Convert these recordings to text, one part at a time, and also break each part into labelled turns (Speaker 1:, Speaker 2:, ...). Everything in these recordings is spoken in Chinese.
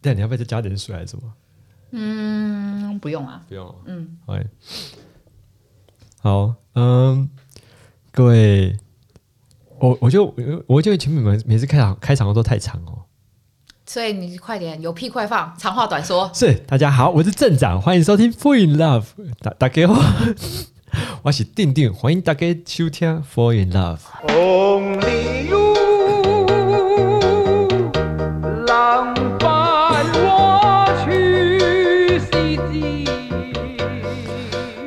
Speaker 1: 但你要不要再加点水还是什么？
Speaker 2: 嗯，不用啊，
Speaker 1: 不用了。
Speaker 2: 嗯，
Speaker 1: 好欸，好，嗯，各位，我我就我我就请你们每次开场开场的都太长哦。
Speaker 2: 所以你快点，有屁快放，长话短说。
Speaker 1: 是，大家好，我是镇长，欢迎收听《Fall in Love》，大大家好， 我是定定，欢迎大家收听《Fall in Love》。
Speaker 3: Only you 能伴我去洗涤。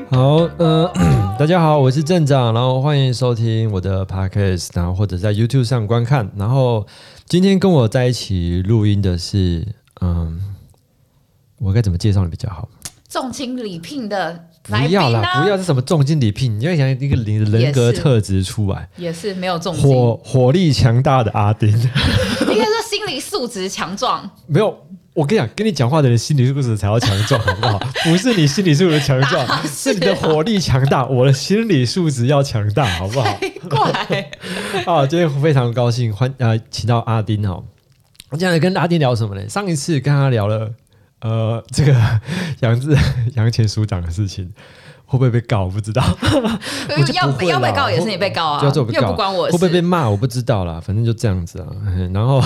Speaker 1: 好，呃， 大家好，我是镇长，然后欢迎收听我的 podcast，然后或者在 YouTube 上观看。然后今天跟我在一起录音的是，嗯，我该怎么介绍你比较好？
Speaker 2: 重情礼聘的
Speaker 1: 不
Speaker 2: 来宾
Speaker 1: 要
Speaker 2: 呢、
Speaker 1: 啦，不要是什么重金礼聘，你要想一个人的人格特质出来，
Speaker 2: 也是没有重情，
Speaker 1: 火火力强大的阿丁。
Speaker 2: 应该说心理素质强壮，
Speaker 1: 没有，我跟你讲，跟你讲话的人心理素质才要强壮，好不 好？不是你心理素质强
Speaker 2: 哪
Speaker 1: 壮，
Speaker 2: 是啊
Speaker 1: 是你的火力强大，我的心理素质要强大，好 不好？
Speaker 2: 过来。
Speaker 1: 啊，今天非常高兴欢呃，请到阿丁哦。我今天来跟阿丁聊什么呢？上一次跟他聊了呃， 这个杨志杨前署长的事情，会不会被告？我不知 道， 我就
Speaker 2: 要
Speaker 1: 不会
Speaker 2: 要被
Speaker 1: 啦
Speaker 2: 告也是你被告啊，
Speaker 1: 要做被
Speaker 2: 又
Speaker 1: 告
Speaker 2: 不关我
Speaker 1: 会不
Speaker 2: 事。
Speaker 1: 会被骂？我不知道啦，反正就这样子啊。 嗯然后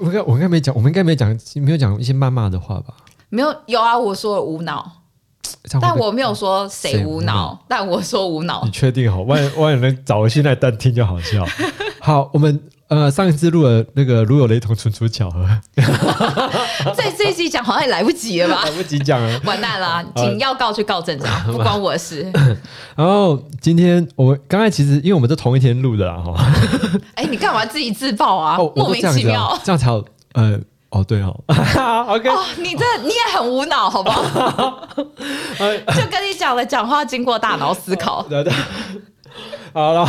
Speaker 1: 我应该我应该没讲，我们应该没讲没有讲一些谩骂的话吧？
Speaker 2: 没有有啊？我说了无脑，
Speaker 1: 这样会
Speaker 2: 但
Speaker 1: 不会
Speaker 2: 我没有说谁
Speaker 1: 谁
Speaker 2: 无
Speaker 1: 无
Speaker 2: 脑
Speaker 1: 脑，
Speaker 2: 但我说无 脑
Speaker 1: 你。确定好？哦万一万一有人找回去那单听就好笑。好，我们呃上一次录了那个如有雷同，纯属巧合，
Speaker 2: 这这一集讲好像也来不及 了吧
Speaker 1: 来？不及讲了。
Speaker 2: 完蛋啦！
Speaker 1: 呃
Speaker 2: 请要告去告镇 长，不关我的事。
Speaker 1: 然后今天我们刚才其实因为我们都同一天录的啦，哈，
Speaker 2: 哎，你干嘛自己自爆啊
Speaker 1: 哦，？我
Speaker 2: 莫
Speaker 1: 都
Speaker 2: 名
Speaker 1: 这样
Speaker 2: 其
Speaker 1: 子
Speaker 2: 妙
Speaker 1: 啊，这样才好，呃，哦对哦 ，OK，
Speaker 2: 哦！你这你也很无脑，好不好？
Speaker 1: 哎
Speaker 2: 就跟你讲了，讲话经过大脑思考。
Speaker 1: 对 对，好了。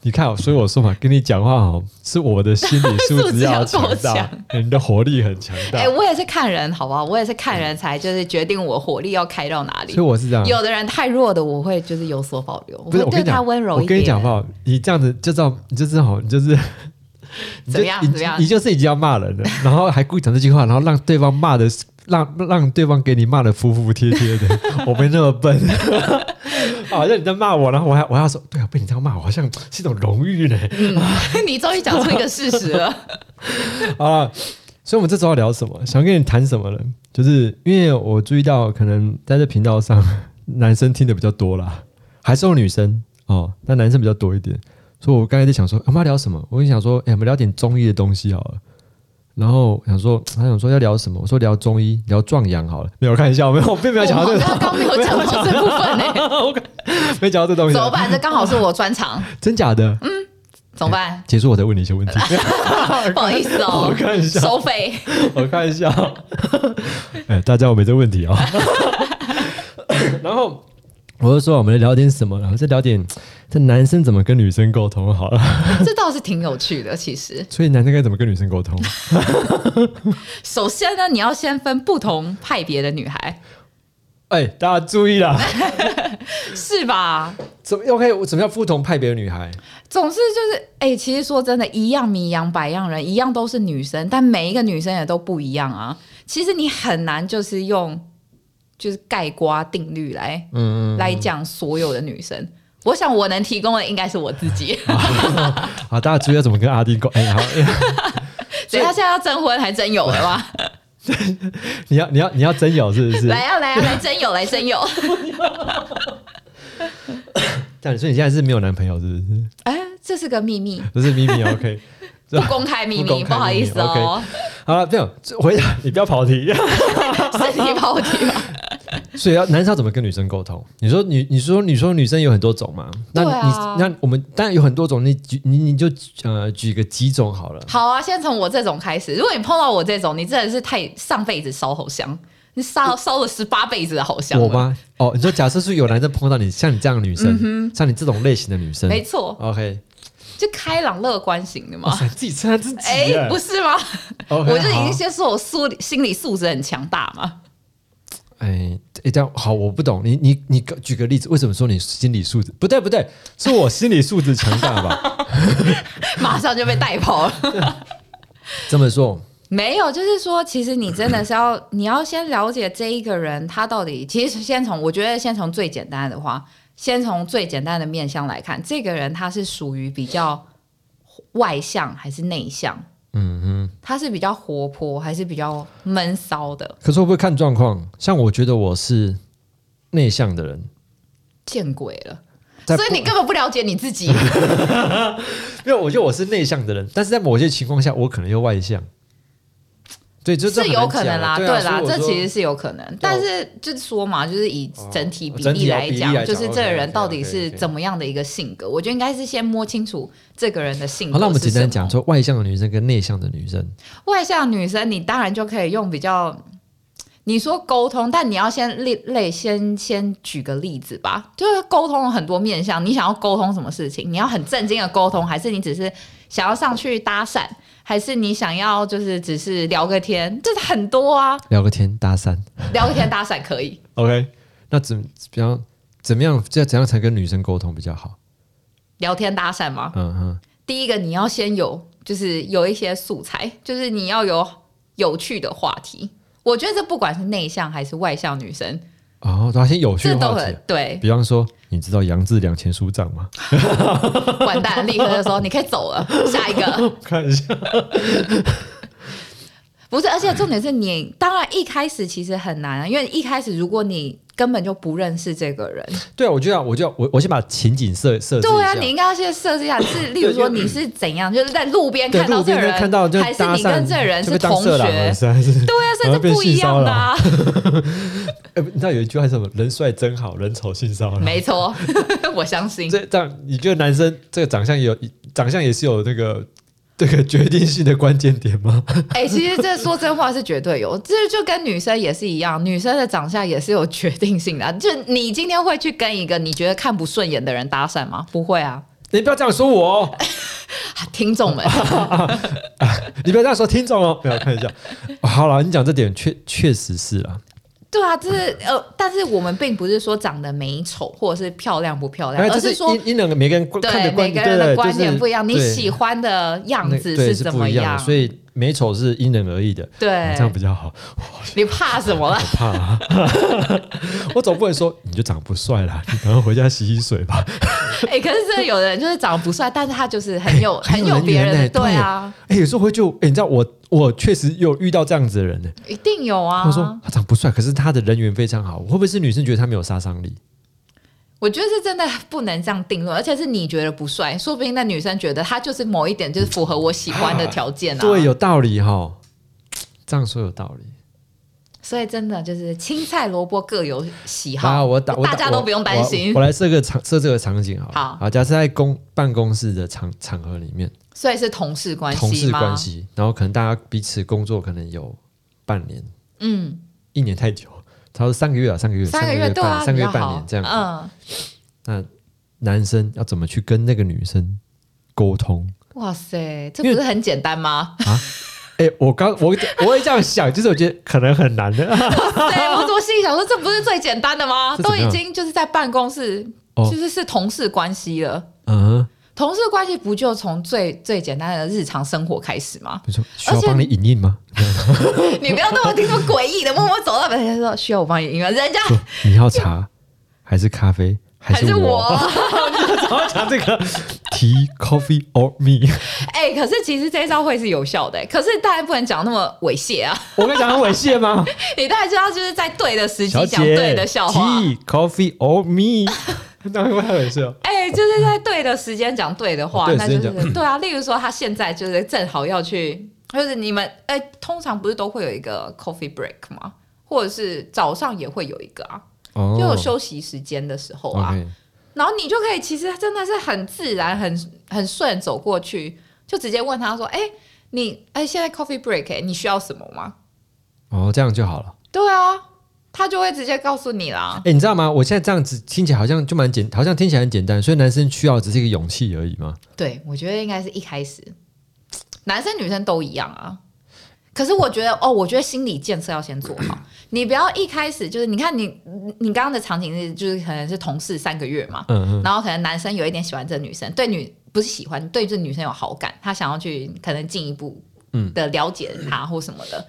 Speaker 1: 你看哦，所以我说嘛，跟你讲话哦，是我的心理素
Speaker 2: 素质
Speaker 1: 质
Speaker 2: 要
Speaker 1: 要
Speaker 2: 够
Speaker 1: 强大
Speaker 2: 强，
Speaker 1: 哎你的活力很强大，
Speaker 2: 哎，我也是看人，好不好？我也是看人才，就是决定我火力要开到哪里
Speaker 1: 所以。我是这样。
Speaker 2: 有的人太弱的，我会就是有所保留，我
Speaker 1: 不是
Speaker 2: 会
Speaker 1: 我跟
Speaker 2: 对
Speaker 1: 你
Speaker 2: 他
Speaker 1: 讲，
Speaker 2: 温柔一点。
Speaker 1: 我跟你讲好不好？你这样子就知道，你就知道，你就是。 你
Speaker 2: 怎
Speaker 1: 就
Speaker 2: 么样
Speaker 1: 你
Speaker 2: 怎么样
Speaker 1: 你就是已经要骂人了，然后还故意讲这句话，然后让对方骂的， 让让对方给你骂的服服帖帖 的。我没那么笨， 好像你在骂我，然后我还我还要说，对啊，被你这样骂，我好像是一种荣誉呢。
Speaker 2: 你终于讲出一个事实 了，
Speaker 1: 好了，所以我们这周要聊什么？想跟你谈什么呢？就是因为我注意到，可能在这频道上，男生听的比较多啦，还是有女生哦，但男生比较多一点。所以我刚才在想说，啊我们要聊什么？我就想说，哎、我们聊点中医的东西好了。然后想说，他想说要聊什么？我说聊中医，聊壮阳好了。没有我开玩笑，没有，我并没有讲到这
Speaker 2: 我
Speaker 1: 个，
Speaker 2: 刚刚没有讲到这部分呢、
Speaker 1: 没讲到这东西。
Speaker 2: 怎么办？这刚好是我专长，
Speaker 1: 真假的？
Speaker 2: 怎么办？
Speaker 1: 结束我再问你一些问题。
Speaker 2: 不好意思哦
Speaker 1: 我，开玩笑
Speaker 2: 收费。
Speaker 1: 我看一下， 哎，大家我没这问题啊、 然后我就说我们来聊点什么，然后再聊点这男生怎么跟女生沟通好了。
Speaker 2: 这倒是挺有趣的。其实，
Speaker 1: 所以男生该怎么跟女生沟通？
Speaker 2: 首先呢，你要先分不同派别的女孩，
Speaker 1: 哎，大家注意啦，
Speaker 2: 是吧？
Speaker 1: 怎么 OK？我怎么叫不同派别的女孩？
Speaker 2: 总之就是，哎、其实说真的，一样米养百样人，一样都是女生，但每一个女生也都不一样啊。其实你很难就是用就是盖瓜定律来
Speaker 1: 嗯，
Speaker 2: 来讲所有的女生。我想我能提供的应该是我自 己。
Speaker 1: 好，大家注意要怎么跟阿丁沟？哎，好，
Speaker 2: 等一下现在要征婚还真有了吧？
Speaker 1: 你要你要你要真有是不是？
Speaker 2: 来呀、啊、来呀、啊、来真有来 真有！
Speaker 1: 这样，所以你现在是没有男朋友是不是？
Speaker 2: 哎，这是个秘密，
Speaker 1: 不是秘密 OK。
Speaker 2: 不公开秘
Speaker 1: 不公
Speaker 2: 密，
Speaker 1: 开
Speaker 2: 不好意思 哦，
Speaker 1: 好了，没有回答，你不要跑题。
Speaker 2: 是你跑题吧？
Speaker 1: 所以要男生要怎么跟女生沟通？你说女，你说你说女生有很多种嘛？那你、
Speaker 2: 对啊
Speaker 1: 那我们当然有很多种，你举你你就呃举个几种好了。
Speaker 2: 好啊，先从我这种开始。如果你碰到我这种，你真的是太上辈子烧好香，你烧烧了十八辈子的好香了嗯
Speaker 1: 我？吗？哦，你说假设是有男生碰到你，像你这样的女生，像你这种类型的女生
Speaker 2: 没错，
Speaker 1: ，OK，
Speaker 2: 就开朗乐观型的嘛。
Speaker 1: 哇塞 自己称赞自己啊
Speaker 2: 哎、
Speaker 1: 耶，
Speaker 2: 不是吗？
Speaker 1: 哦 OK，
Speaker 2: 我就已经
Speaker 1: 好
Speaker 2: 先说我素心理素质很强大嘛。
Speaker 1: 哎，哎，这样好，我不懂，你你你举个例子，为什么说你心理素质不对不对？是我心理素质 强大吧？
Speaker 2: 马上就被带跑了。
Speaker 1: 这么说，
Speaker 2: 没有，就是说，其实你真的是要， 你要先了解这一个人他到底。其实先从，我觉得先从最简单的话，先从最简单的面相来看，这个人他是属于比较外向还是内向？
Speaker 1: 嗯哼。
Speaker 2: 他是比较活泼还是比较闷骚的？
Speaker 1: 可是会不会看状况？像我觉得我是内向的人，
Speaker 2: 见鬼了！
Speaker 1: 在
Speaker 2: 所以你根本不了解你自己。啊
Speaker 1: 因为我觉得我是内向的人，但是在某些情况下，我可能又外向。对，就是
Speaker 2: 有可能啦，
Speaker 1: 对
Speaker 2: 对
Speaker 1: 啊所
Speaker 2: 啦，
Speaker 1: 以我
Speaker 2: 这
Speaker 1: 说哦
Speaker 2: 其实是有可能。但是就是说嘛，就是以整体比例来
Speaker 1: 哦整体比例来讲
Speaker 2: 就是这个人
Speaker 1: OK，OK，OK，OK
Speaker 2: 到底是怎么样的一个性格，我觉得应该是先摸清楚这个人的性格。
Speaker 1: 好，那我们简单讲，，说外向的女生跟内向的女生，
Speaker 2: 外向女生你当然就可以用比较。你说沟通，但你要先例类先先举个例子吧，就是沟通有很多面向，你想要沟通什么事情？你要很正经的沟通，还是你只是想要上去搭讪，还是你想要就是只是聊个天？这很多啊，
Speaker 1: 聊个天搭讪
Speaker 2: 聊个天搭讪可以。
Speaker 1: ，OK？那怎比方怎么样，这怎样才跟女生沟通比较好？
Speaker 2: 聊天搭讪吗？
Speaker 1: 嗯哼，
Speaker 2: 第一个你要先有，就是有一些素材，就是你要有有趣的话题。我觉得这不管是内向还是外向女生，
Speaker 1: 哦，那些有趣
Speaker 2: 这
Speaker 1: 的
Speaker 2: 都
Speaker 1: 话题
Speaker 2: 很，对。
Speaker 1: 比方说，你知道杨志良前署长吗？
Speaker 2: 完蛋，立刻就说你可以 走了，下一个。
Speaker 1: 看一下，
Speaker 2: 不是，而且重点是你，当然一开始其实很难啊，因为一开始如果你根本就不认识这个人，
Speaker 1: 对啊，我就要，我就要，我我先把情景设设置一
Speaker 2: 对啊，
Speaker 1: 下。
Speaker 2: 你应该要先设置一下，是例如说 你是怎样，就是在路边
Speaker 1: 对
Speaker 2: 看到
Speaker 1: 路
Speaker 2: 这
Speaker 1: 边
Speaker 2: 个
Speaker 1: 就
Speaker 2: 人，
Speaker 1: 看到就
Speaker 2: 还是
Speaker 1: 搭
Speaker 2: 你
Speaker 1: 讪，
Speaker 2: 跟这人
Speaker 1: 就是被当
Speaker 2: 同
Speaker 1: 色狼
Speaker 2: 学
Speaker 1: 了，实在是。
Speaker 2: 对啊，所
Speaker 1: 然
Speaker 2: 以
Speaker 1: 后
Speaker 2: 这
Speaker 1: 变
Speaker 2: 不一
Speaker 1: 性骚
Speaker 2: 样
Speaker 1: 扰
Speaker 2: 的啊。
Speaker 1: 哎，你知道有一句话是什么？人帅真好，人丑性 骚扰。
Speaker 2: 没错， 我相信。
Speaker 1: 这这样，你觉得男生这个长相也有长相也是有这个这个决定性的关键点吗？
Speaker 2: 哎、其实这说真话是绝对有，这就跟女生也是一样，女生的长相也是有决定性的啊、就你今天会去跟一个你觉得看不顺眼的人搭讪吗？不会啊，
Speaker 1: 你不要这样说我哦，
Speaker 2: 啊听 众们，
Speaker 1: 你不要这样说听众哦。不要看一下，哦好了，你讲这点确确实是啦。
Speaker 2: 对啊，这是呃，但是我们并不是说长得美丑或者是漂亮不漂亮，
Speaker 1: 哎
Speaker 2: 而
Speaker 1: 这
Speaker 2: 是说
Speaker 1: 因因两个每个人观看
Speaker 2: 对
Speaker 1: 的观
Speaker 2: 每个
Speaker 1: 点
Speaker 2: 人的观点
Speaker 1: 就是
Speaker 2: 不一样，你
Speaker 1: 对
Speaker 2: 喜欢的样
Speaker 1: 那
Speaker 2: 子
Speaker 1: 对
Speaker 2: 怎
Speaker 1: 不
Speaker 2: 么
Speaker 1: 一样的，所以美丑是因人而异的。
Speaker 2: 对
Speaker 1: 哦这样比较好。
Speaker 2: 你怕什么了？
Speaker 1: 怕、啊， 我总不能说你就长不帅啦，你赶快回家洗洗水吧。
Speaker 2: 哎、可是真的有的人就是长得不帅，但是他就是很有、
Speaker 1: 很有
Speaker 2: 有别
Speaker 1: 人缘
Speaker 2: 人的，
Speaker 1: 欸
Speaker 2: 对啊，
Speaker 1: 哎、有时候回去，哎、你知道我我确实有遇到这样子的人呢、
Speaker 2: 一定有啊。
Speaker 1: 他说他长不帅，可是他的人缘非常好，会不会是女生觉得他没有杀伤力？
Speaker 2: 我觉得是真的不能这样定论，而且是你觉得不帅，说不定那女生觉得他就是某一点就是符合我喜欢的条件啊。
Speaker 1: 对，，有道理哈，这样说有道理。
Speaker 2: 所以真的就是青菜萝卜各有喜好，
Speaker 1: 啊，我打我打
Speaker 2: 大家都不用担
Speaker 1: 我
Speaker 2: 心
Speaker 1: 我。我来设个场设这个场景好了
Speaker 2: 好
Speaker 1: 好，假设在公办公室的场场合里面，
Speaker 2: 所以是同事关系吗？
Speaker 1: 同事关系，然后可能大家彼此工作可能有半年，
Speaker 2: 嗯，
Speaker 1: 一年太久，他说三个月啊，三个月，
Speaker 2: 三个月对
Speaker 1: 半，
Speaker 2: 啊，
Speaker 1: 三个月
Speaker 2: 比较
Speaker 1: 半
Speaker 2: 好
Speaker 1: 年这样子。
Speaker 2: 嗯，
Speaker 1: 那男生要怎么去跟那个女生沟通？
Speaker 2: 哇塞，这不是很简 单吗？
Speaker 1: 哎、我刚我我会这样想，就是我觉得可能很难的。
Speaker 2: 对，我怎么心里想说这不是最简单的吗？
Speaker 1: 这怎
Speaker 2: 都
Speaker 1: 么
Speaker 2: 已
Speaker 1: 样
Speaker 2: 经就是在办公室，
Speaker 1: 哦
Speaker 2: 就是是同事关系了。
Speaker 1: 嗯，
Speaker 2: 同事关系不就从最最简单的日常生活开始吗？
Speaker 1: 你说需要
Speaker 2: 而且
Speaker 1: 帮你引印吗？
Speaker 2: 你不要那么听说诡异的，默默走到门前说：“需要我帮你赢吗？”人家
Speaker 1: 说你要茶还是咖啡还
Speaker 2: 还
Speaker 1: 是
Speaker 2: 是我啊
Speaker 1: 我？。啊我要 讲这个 tea coffee or me。
Speaker 2: 哎、可是其实这一招会是有效的、可是当然不能讲那么猥亵啊！
Speaker 1: 我跟你讲很猥亵吗？
Speaker 2: 你当然知道就是在对的时
Speaker 1: 小姐
Speaker 2: 机讲对的笑话，
Speaker 1: ，tea coffee or me，那 会不会太猥亵哦？
Speaker 2: 哎、就是在对的时间讲对的话，
Speaker 1: 哦对的
Speaker 2: 那就
Speaker 1: 时间
Speaker 2: 是对啊。例如说，他现在就是正好要去，就是你们哎、通常不是都会有一个 coffee break 吗？或者是早上也会有一个啊，
Speaker 1: 哦
Speaker 2: 就有休息时间的时候啊。
Speaker 1: OK
Speaker 2: 然后你就可以其实真的是很自然、很很顺走过去，就直接问他说：“哎、你哎、现在 coffee break，、哎，你需要什么吗
Speaker 1: 哦，这样就好了。？”
Speaker 2: 对啊，他就会直接告诉你啦。
Speaker 1: 哎、你知道吗？我现在这样子听起来好像就蛮简，好像听起来很简单，所以男生需要只是一个勇气而已嘛。
Speaker 2: 对，我觉得应该是一开始，男生女生都一样啊。可是我觉得哦，我觉得心理建设要先做 好，你不要一开始就是你看你你刚刚的场景是就是可能是同事三个月嘛，
Speaker 1: 嗯嗯，
Speaker 2: 然后可能男生有一点喜欢这女生，对女不是喜欢，对这女生有好感，他想要去可能进一步
Speaker 1: 嗯
Speaker 2: 的了解他或什么的。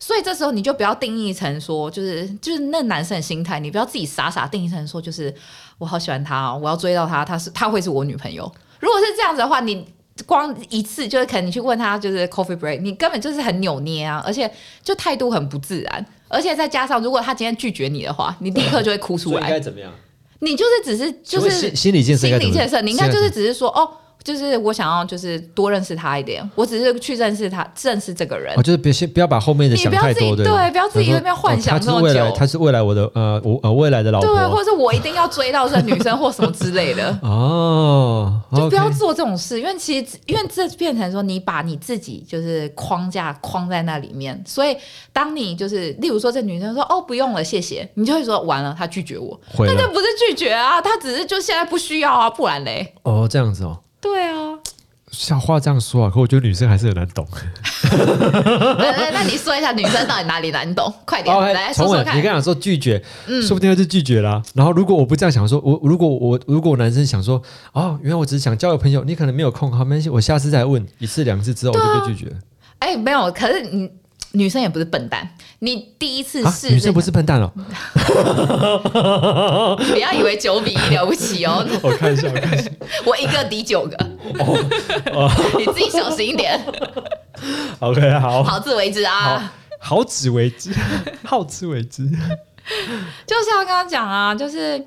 Speaker 2: 所以这时候你就不要定义成说，就是就是那男生的心态，你不要自己傻傻定义成说，就是我好喜欢他、哦，我要追到他，他是他会是我女朋友。如果是这样子的话，你光一次就是可能你去问他就是 coffee break，你根本就是很扭捏啊，而且就态度很不自然，而且再加上如果他今天拒绝你的话，你立刻就会哭出
Speaker 1: 所以
Speaker 2: 来。
Speaker 1: 怎么样？
Speaker 2: 你就是只是哎
Speaker 1: 请
Speaker 2: 就
Speaker 1: 问
Speaker 2: 是
Speaker 1: 心心理建设应
Speaker 2: 心
Speaker 1: 该怎
Speaker 2: 理
Speaker 1: 么
Speaker 2: 建设，你应该
Speaker 1: 现在
Speaker 2: 就是只是说哦，就是我想要就是多认识他一点，我只是去认识他，认识这个人
Speaker 1: 哦，。就是别先不要把后面的
Speaker 2: 你
Speaker 1: 想
Speaker 2: 不要
Speaker 1: 太
Speaker 2: 自己
Speaker 1: 多，对
Speaker 2: 对不要自己
Speaker 1: 他说
Speaker 2: 在那边幻想
Speaker 1: 哦他是
Speaker 2: 这么
Speaker 1: 未来，
Speaker 2: 久
Speaker 1: 他是未来我的呃，我呃未来的老婆
Speaker 2: 对，或者是我一定要追到这女生或什么之 类的，
Speaker 1: 哦，
Speaker 2: 就不要
Speaker 1: OK
Speaker 2: 做这种事，因为其实因为这变成说你把你自己就是框架框在那里面，所以当你就是例如说这女生说哦不用了谢谢，你就会说完了她拒绝我，
Speaker 1: 毁
Speaker 2: 那这
Speaker 1: 了
Speaker 2: 不是拒绝啊，她只是就现在不需要啊，不然 嘞，
Speaker 1: 哦，这样子哦。
Speaker 2: 对啊，
Speaker 1: 像话这样说啊，可我觉得女生还是很难懂。
Speaker 2: 那那那你说一下女生到底哪里难懂？快点
Speaker 1: OK，
Speaker 2: 哎来说
Speaker 1: 从
Speaker 2: 说
Speaker 1: 我
Speaker 2: 看。嗯
Speaker 1: 你刚讲说拒绝，说不定他就拒绝啦。然后如果我不这样想说，我如果我如果我男生想说，哦，原来我只是想交个朋友，你可能没有空，好，没关系，我下次再问一次两次之后我就被拒绝。
Speaker 2: 哎、没有，可是你女生也不是笨蛋，你第一次
Speaker 1: 啊，
Speaker 2: 试、
Speaker 1: 女生不是，笨蛋 哦，
Speaker 2: 不要以为九比一了不起哦，
Speaker 1: 我看一下，我看一下。
Speaker 2: 我一个抵九个，
Speaker 1: 哦
Speaker 2: 你自己小心一点，
Speaker 1: OK，好，
Speaker 2: 好自为之啊。
Speaker 1: 哦好自为 之，好自为之。
Speaker 2: 就像刚刚讲啊，就是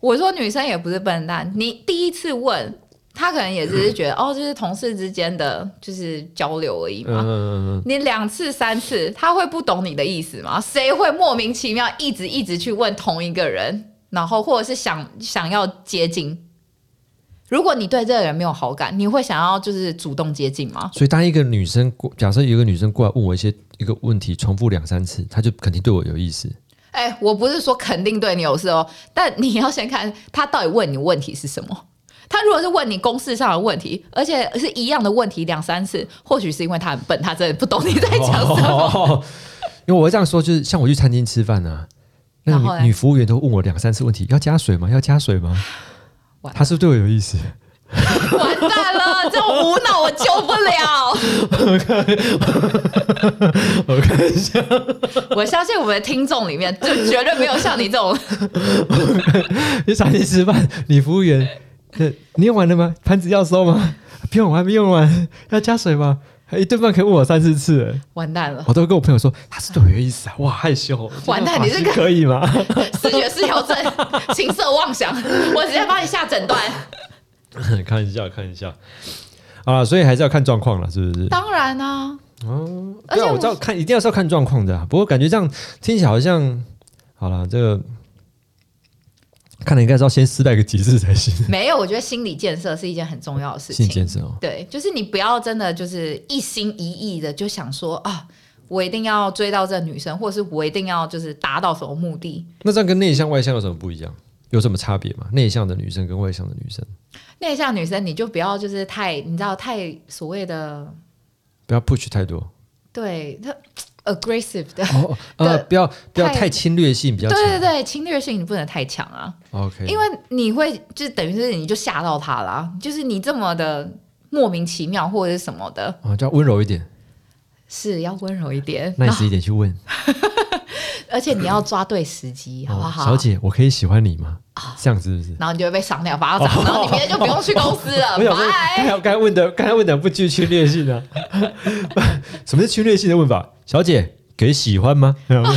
Speaker 2: 我说女生也不是笨蛋，你第一次问。她可能也只是觉得、哦，就是同事之间的就是交流而已嘛。
Speaker 1: 嗯，
Speaker 2: 你两次三次，他会不懂你的意思吗？谁会莫名其妙一直一直去问同一个人，然后或者是想想要接近？如果你对这个人没有好感，你会想要就是主动接近吗？
Speaker 1: 所以当一个女生过，假设有一个女生过来问我一些一个问题，重复两三次，她就肯定对我有意思。
Speaker 2: 哎、我不是说肯定对你有事哦，但你要先看他到底问你问题是什么。他如果是问你公式上的问题，而且是一样的问题两三次，或许是因为他很笨，他真的不懂你 在讲什么。
Speaker 1: 哦，因为我会这样说，就是像我去餐厅吃饭啊，那
Speaker 2: 然后
Speaker 1: 个
Speaker 2: 嘞
Speaker 1: 女女服务员都问我两三次问题，要加水吗？要加水吗？
Speaker 2: 完了
Speaker 1: 她是不是对我有意思？
Speaker 2: 完蛋了，这种无脑我救不了。
Speaker 1: 我看一下，
Speaker 2: 我相信我们的听众里面，就绝对没有像你这 种，
Speaker 1: 去餐厅吃饭，女服务员，呃你用完了 吗？盘子要收 吗？不用，我还没用完，要加水吗？一顿饭可以问我三四次了，
Speaker 2: 完蛋了，
Speaker 1: 我都跟我朋友说，她是对我有意思啊，哇，害羞哦，
Speaker 2: 完蛋你这个
Speaker 1: 发型可以吗？
Speaker 2: 视觉失调症、 情色妄想，我直接帮你下诊断。
Speaker 1: 看一下，看一下。啊，所以还是要看状况了，是不是？
Speaker 2: 当然啊，而
Speaker 1: 对
Speaker 2: 且
Speaker 1: 啊，
Speaker 2: 我
Speaker 1: 我知道看一定要是要看状况的、啊，不过感觉这样听起来好像好了，这个看来应该是要先失败个几次才行。
Speaker 2: 没有，我觉得心理建设是一件很重要的事
Speaker 1: 心理建
Speaker 2: 情。
Speaker 1: 设哦，
Speaker 2: 对，就是你不要真的就是一心一意的就想说啊，我一定要追到这女生，或者是我一定要就是达到什么目的。
Speaker 1: 那这样跟内向外向有什么不一样？有什么差别吗？内向的女生跟外向的女生，
Speaker 2: 内向女生你就不要就是太，你知道太所谓的
Speaker 1: 不要 push 太多
Speaker 2: 对她 aggressive 的，
Speaker 1: 哦，呃，
Speaker 2: 对
Speaker 1: 不要不要
Speaker 2: 太
Speaker 1: 太侵略性比较强。
Speaker 2: 对对对，侵略性你不能太强啊。
Speaker 1: OK，
Speaker 2: 因为你会就是等于是你就吓到他啦，就是你这么的莫名其妙或者是什么的，
Speaker 1: 啊，就要温柔一点
Speaker 2: 哦是要温柔一点，然后
Speaker 1: ，nice 一点去问，
Speaker 2: 而且你要抓对时机，好不
Speaker 1: 哦
Speaker 2: 好？啊
Speaker 1: 小姐，我可以喜欢你吗？这样子是不是？
Speaker 2: 然后你就会被赏 两巴掌，然后你明天就不用去公司了，
Speaker 1: 我想说，刚
Speaker 2: 拜。
Speaker 1: 才刚才问的，刚才问的 不具侵略性啊？什么是侵略性的问法？小姐，可以喜欢吗？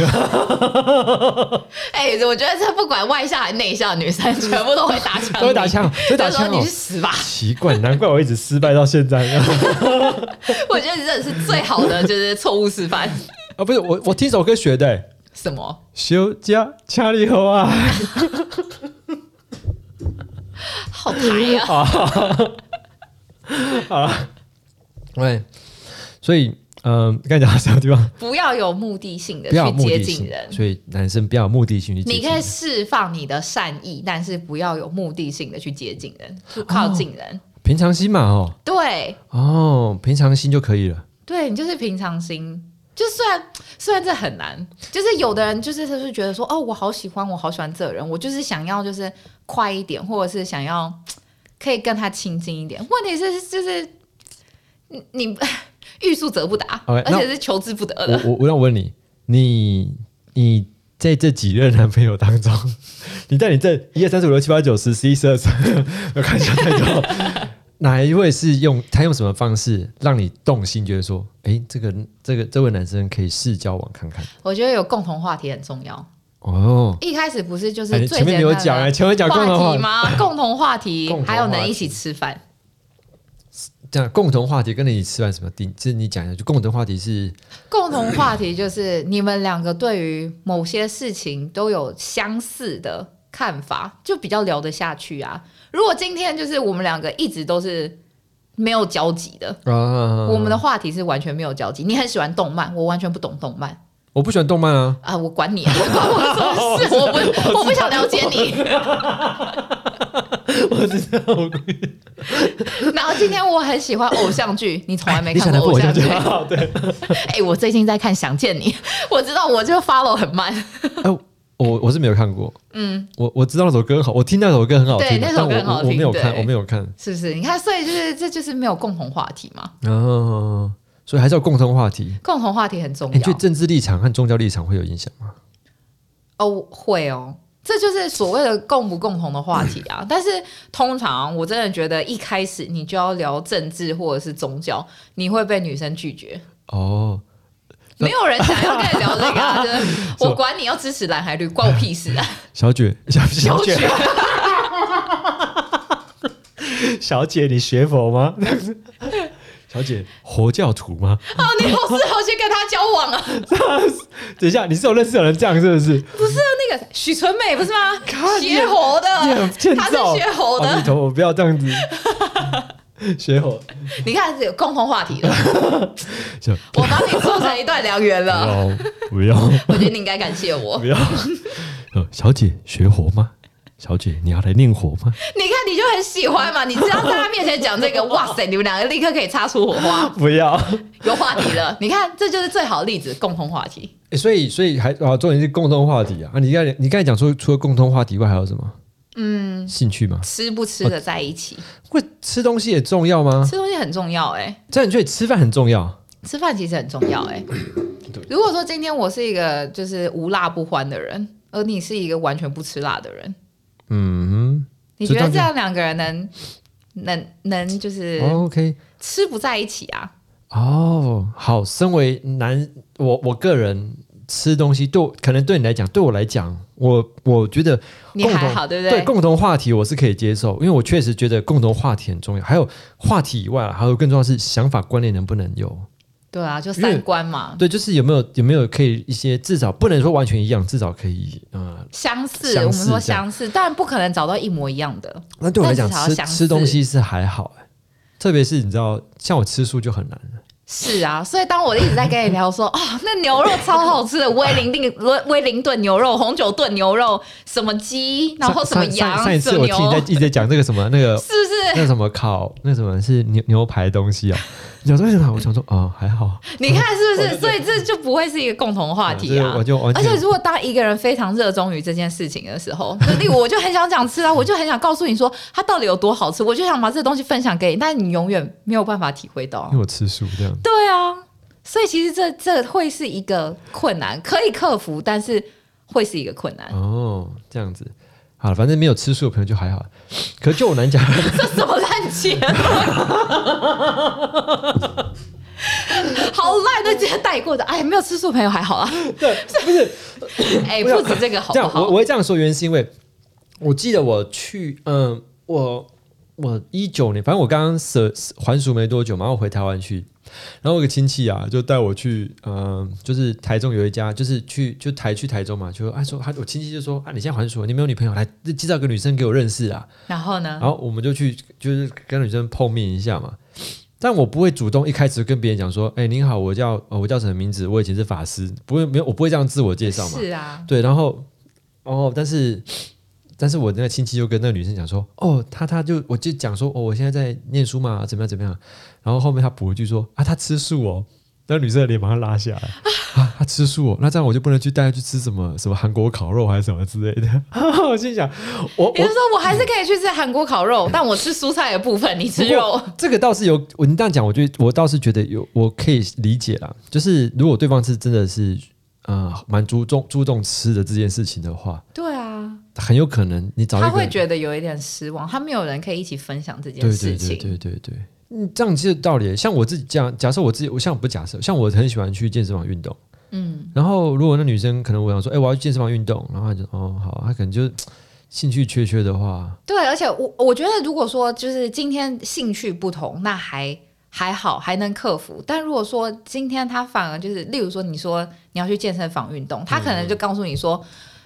Speaker 2: 哎、我觉得这不管外向还是内向的女生， 全部都会打枪，
Speaker 1: 都会打 枪都会打枪哦
Speaker 2: 就说你去死吧！
Speaker 1: 奇怪，难怪我一直失败到现在 啊
Speaker 2: 我觉得你真的是最好的，就是错误示范。
Speaker 1: 啊！不是我，我听首歌学的、欸，
Speaker 2: 什么？
Speaker 1: 休假恰里猴啊！
Speaker 2: 好台
Speaker 1: 哦
Speaker 2: 啊！
Speaker 1: 喂，所以，嗯、刚才讲到什么地 方？
Speaker 2: 不要有目的性的
Speaker 1: 不要有
Speaker 2: 去
Speaker 1: 目
Speaker 2: 接
Speaker 1: 的
Speaker 2: 近
Speaker 1: 性
Speaker 2: 人，，
Speaker 1: 所以男生不要有目的性去接
Speaker 2: 你
Speaker 1: 近
Speaker 2: 可以
Speaker 1: 人。
Speaker 2: 释放你的善意，但是不要有目的性的去接近人，去靠近人。
Speaker 1: 平常心嘛，哦
Speaker 2: 对
Speaker 1: 哦，平常心就可以了。
Speaker 2: 对，你就是平常心。就虽然虽然这很难，就是有的人就是他是觉得说，哦，我好喜欢，我好喜欢这个人，我就是想要嗯就是快一点，或者是想要可以跟他亲近一点。问题是就是你你欲速则不达
Speaker 1: OK，
Speaker 2: 而
Speaker 1: 那
Speaker 2: 且是求之不得的。
Speaker 1: 我我我让我问你，你你在这几任男朋友当中， 你在你这一二三四五六七八九十十一十二十二， 我看一下太多， 哪一位是用他用什么方式让你动心，觉得说，哎、这个这个这位男生可以试交往看看？
Speaker 2: 我觉得有共同话题很重要。
Speaker 1: 哦，
Speaker 2: 一开始不是就是
Speaker 1: 哎你
Speaker 2: 最
Speaker 1: 前面没有
Speaker 2: 简
Speaker 1: 讲
Speaker 2: 单
Speaker 1: 哎，
Speaker 2: 的
Speaker 1: 前面讲共同
Speaker 2: 话
Speaker 1: 话
Speaker 2: 题 吗？共同话题
Speaker 1: 共同，话题
Speaker 2: 还有能一起吃饭。
Speaker 1: 这样共同话题跟你吃完什么定？这你讲一下，就共同话题是
Speaker 2: 共同话题就是你们两个对于某些事情都有相似的看法，就比较聊得下去啊。如果今天就是我们两个一直都是没有交集的，
Speaker 1: 啊，
Speaker 2: 我们的话题是完全没有交集。你很喜欢动漫，我完全不懂动漫
Speaker 1: 我不喜欢动漫啊，
Speaker 2: 啊，我管你啊， 我管我什么事？我不，我不想了解你。
Speaker 1: 我知道，我
Speaker 2: 然后今天我很喜欢偶像剧，你从来没
Speaker 1: 你想
Speaker 2: 看
Speaker 1: 的
Speaker 2: 过
Speaker 1: 不
Speaker 2: 偶
Speaker 1: 我下
Speaker 2: 像
Speaker 1: 去
Speaker 2: 剧？
Speaker 1: 好，对。
Speaker 2: 哎、我最近在看《想见你》，我知道我就 follow 很慢。
Speaker 1: 哎、我我是没有看过，
Speaker 2: 嗯，
Speaker 1: 我我知道那首歌很好，我听那首歌很好听，啊
Speaker 2: 对那首歌
Speaker 1: 但
Speaker 2: 很
Speaker 1: 我
Speaker 2: 好
Speaker 1: 我我
Speaker 2: 听
Speaker 1: 没有看，
Speaker 2: 对
Speaker 1: 我没有看，
Speaker 2: 是不是？你看，所以就是这就是没有共同话题嘛，
Speaker 1: 哦，所以还是有共同话题。
Speaker 2: 共同话题很重
Speaker 1: 哎
Speaker 2: 要。
Speaker 1: 你觉得政治立场和宗教立场会有影响吗？
Speaker 2: 哦，会哦，这就是所谓的共不共同的话题啊。但是通常我真的觉得一开始你就要聊政治或者是宗教，你会被女生拒绝。
Speaker 1: 哦，
Speaker 2: 没有人想要跟你聊这 个、啊，就是我管你要支持蓝还绿，关我屁事啊！
Speaker 1: 小姐，小小
Speaker 2: 小
Speaker 1: 姐， 小姐，你学佛 吗？小姐，活教徒吗？
Speaker 2: 哦，你有事后去跟他交往啊？
Speaker 1: 等一下，你是有认识有人这样是不是？
Speaker 2: 不是啊，那个许纯美不是吗？
Speaker 1: 你
Speaker 2: 学猴的
Speaker 1: 你很，欠
Speaker 2: 呃他
Speaker 1: 揍，哦
Speaker 2: 是学猴
Speaker 1: 阿
Speaker 2: 的
Speaker 1: 弥。陀佛，不要这样 子。学猴，
Speaker 2: 你看，有共同话题了，
Speaker 1: 就
Speaker 2: 我帮你做成一段良缘
Speaker 1: 不
Speaker 2: 了。
Speaker 1: 要不要。
Speaker 2: 我觉得你应该感谢我
Speaker 1: 不。要。 呃，小姐学活吗？小姐，你要来念活吗？
Speaker 2: 你看，你就很喜欢嘛，你只要在他面前讲这个，哇塞，你们两个立刻可以擦出火花，
Speaker 1: 不要。
Speaker 2: 有话题了。你看，这就是最好的例子，共同话题。
Speaker 1: 所以，所以还啊，重点是共同话题啊。啊你刚才你刚才讲说，除了共同话题以外，还有什么？嗯，兴趣吗？
Speaker 2: 吃不吃的在一起，
Speaker 1: 会吃东西也重要吗？
Speaker 2: 吃东西很重要哎、
Speaker 1: 这样你觉得吃饭很重要？
Speaker 2: 吃饭其实很重要哎、如果说今天我是一个就是无辣不欢的人，而你是一个完全不吃辣的人，
Speaker 1: 嗯
Speaker 2: 你觉
Speaker 1: 就
Speaker 2: 得
Speaker 1: 当
Speaker 2: 这样两个人能能能就是
Speaker 1: 哦，OK，
Speaker 2: 吃不在一起啊？
Speaker 1: 哦，好。身为男，我我个人吃东西对我，可能对你来讲，对我来讲，我我觉得
Speaker 2: 你
Speaker 1: 共
Speaker 2: 还
Speaker 1: 同
Speaker 2: 好对不
Speaker 1: 对
Speaker 2: 对
Speaker 1: 共同话题我是可以接受，因为我确实觉得共同话题很重要。还有话题以外啊，还有更重要的是想法观念能不能有？
Speaker 2: 对啊，就
Speaker 1: 因为
Speaker 2: 三观嘛，
Speaker 1: 对，就是有没有有没有可以一些至少不能说完全一样，至少可以呃，
Speaker 2: 相似，
Speaker 1: 相似
Speaker 2: 我们说
Speaker 1: 这样
Speaker 2: 相似，但不可能找到一模一样的。
Speaker 1: 那对我来讲
Speaker 2: 但至少
Speaker 1: 吃
Speaker 2: 要相似
Speaker 1: 吃东西是还好、欸，特别是你知道，像我吃素就很难了。
Speaker 2: 是啊，所以当我一直在跟你聊说 啊、那牛肉超好吃的，威灵顿威灵顿牛肉、红酒炖牛肉，什么鸡，然后什么
Speaker 1: 上上上上一
Speaker 2: 羊、什
Speaker 1: 次
Speaker 2: 么
Speaker 1: 我听你在
Speaker 2: 牛，
Speaker 1: 一直在讲那个什么那个
Speaker 2: 是不
Speaker 1: 那什么烤那什么是牛牛排东西啊？你想说为什么？我想说哦，还好，
Speaker 2: 是？ 你看是不是？所以这就不会是一个共同话题啊
Speaker 1: 嗯这个。我就完
Speaker 2: 而
Speaker 1: 全
Speaker 2: 且如果当一个人非常热衷于这件事情的 时候，就例如我就很想讲吃啊，我就很想告诉你说它到底有多好吃，我就想把这东西分享给你，但你永远没有办法体会到
Speaker 1: 因为。我吃素这样。
Speaker 2: 对啊，所以其实这这会是一个困难，可以克服，但是会是一个困难。
Speaker 1: 哦，这样子，好了，反正没有吃素的朋友就还好。 可就我难 讲，
Speaker 2: 这什么烂结论？ 好烂的，直接带过的。哎，没有吃素朋友还好啊。
Speaker 1: 对，不是啊
Speaker 2: 哎，不止这个好
Speaker 1: 这样。
Speaker 2: 不
Speaker 1: 我
Speaker 2: 好？
Speaker 1: 我会这样说，原因是因为我记得我去，嗯，我我一九年，反正我刚刚舍还俗没多久嘛，然后我回台湾去，然后我有个亲戚啊，就带我去，嗯，就是台中有一家，就是去就台去台中嘛，就哎说，他我亲戚就说啊，你现在还俗，你没有女朋友，来介绍个女生给我认识啊。
Speaker 2: 然后呢
Speaker 1: 然？后我们就去就是跟女生碰面一下嘛。但我不会主动一开始跟别人讲说，哎、您好，我叫、呃我叫什么名字，我以前是法师，不会没有，我不会这样自我介绍嘛。
Speaker 2: 是啊，
Speaker 1: 对，然后哦，但是但是我那个亲戚就跟那个女生讲说，哦，她她就我就讲说，哦，我现在在念书嘛，怎么样怎么样。然后后面她补一句说，啊，她吃素哦。那女生的脸马上拉下来啊，她吃素、哦，那这样我就不能去带她去吃什么什么韩国烤肉还是什么之类的。 我心想，我
Speaker 2: 也就是
Speaker 1: 我。
Speaker 2: 说我还是可以去吃韩国烤肉，但我吃蔬菜的部分，你吃
Speaker 1: 不过
Speaker 2: 肉。
Speaker 1: 这个倒是有，我你这样讲，我觉得我倒是觉得有，我可以理解啦。就是如果对方是真的是呃蛮注重注重吃的这件事情的话，
Speaker 2: 对啊，
Speaker 1: 很有可能你找一个
Speaker 2: 他会觉得有一点失望，他没有人可以一起分享这件
Speaker 1: 对
Speaker 2: 事
Speaker 1: 对
Speaker 2: 情。
Speaker 1: 对对对对，嗯，这样其实有道理。像我自己这样，假设我自己，我像不是假设，像我很喜欢去健身房运动。
Speaker 2: 嗯，
Speaker 1: 然后如果那女生可能我想说，哎、我要去健身房运动，然后她就哦好，她可能就嘖兴趣缺缺的话，
Speaker 2: 对，而且我我觉得，如果说就是今天兴趣不同，那还还好，还能克服。但如果说今天他反而就是，例如说你说你要去健身房运动，他可
Speaker 1: 嗯
Speaker 2: 能就告诉你说。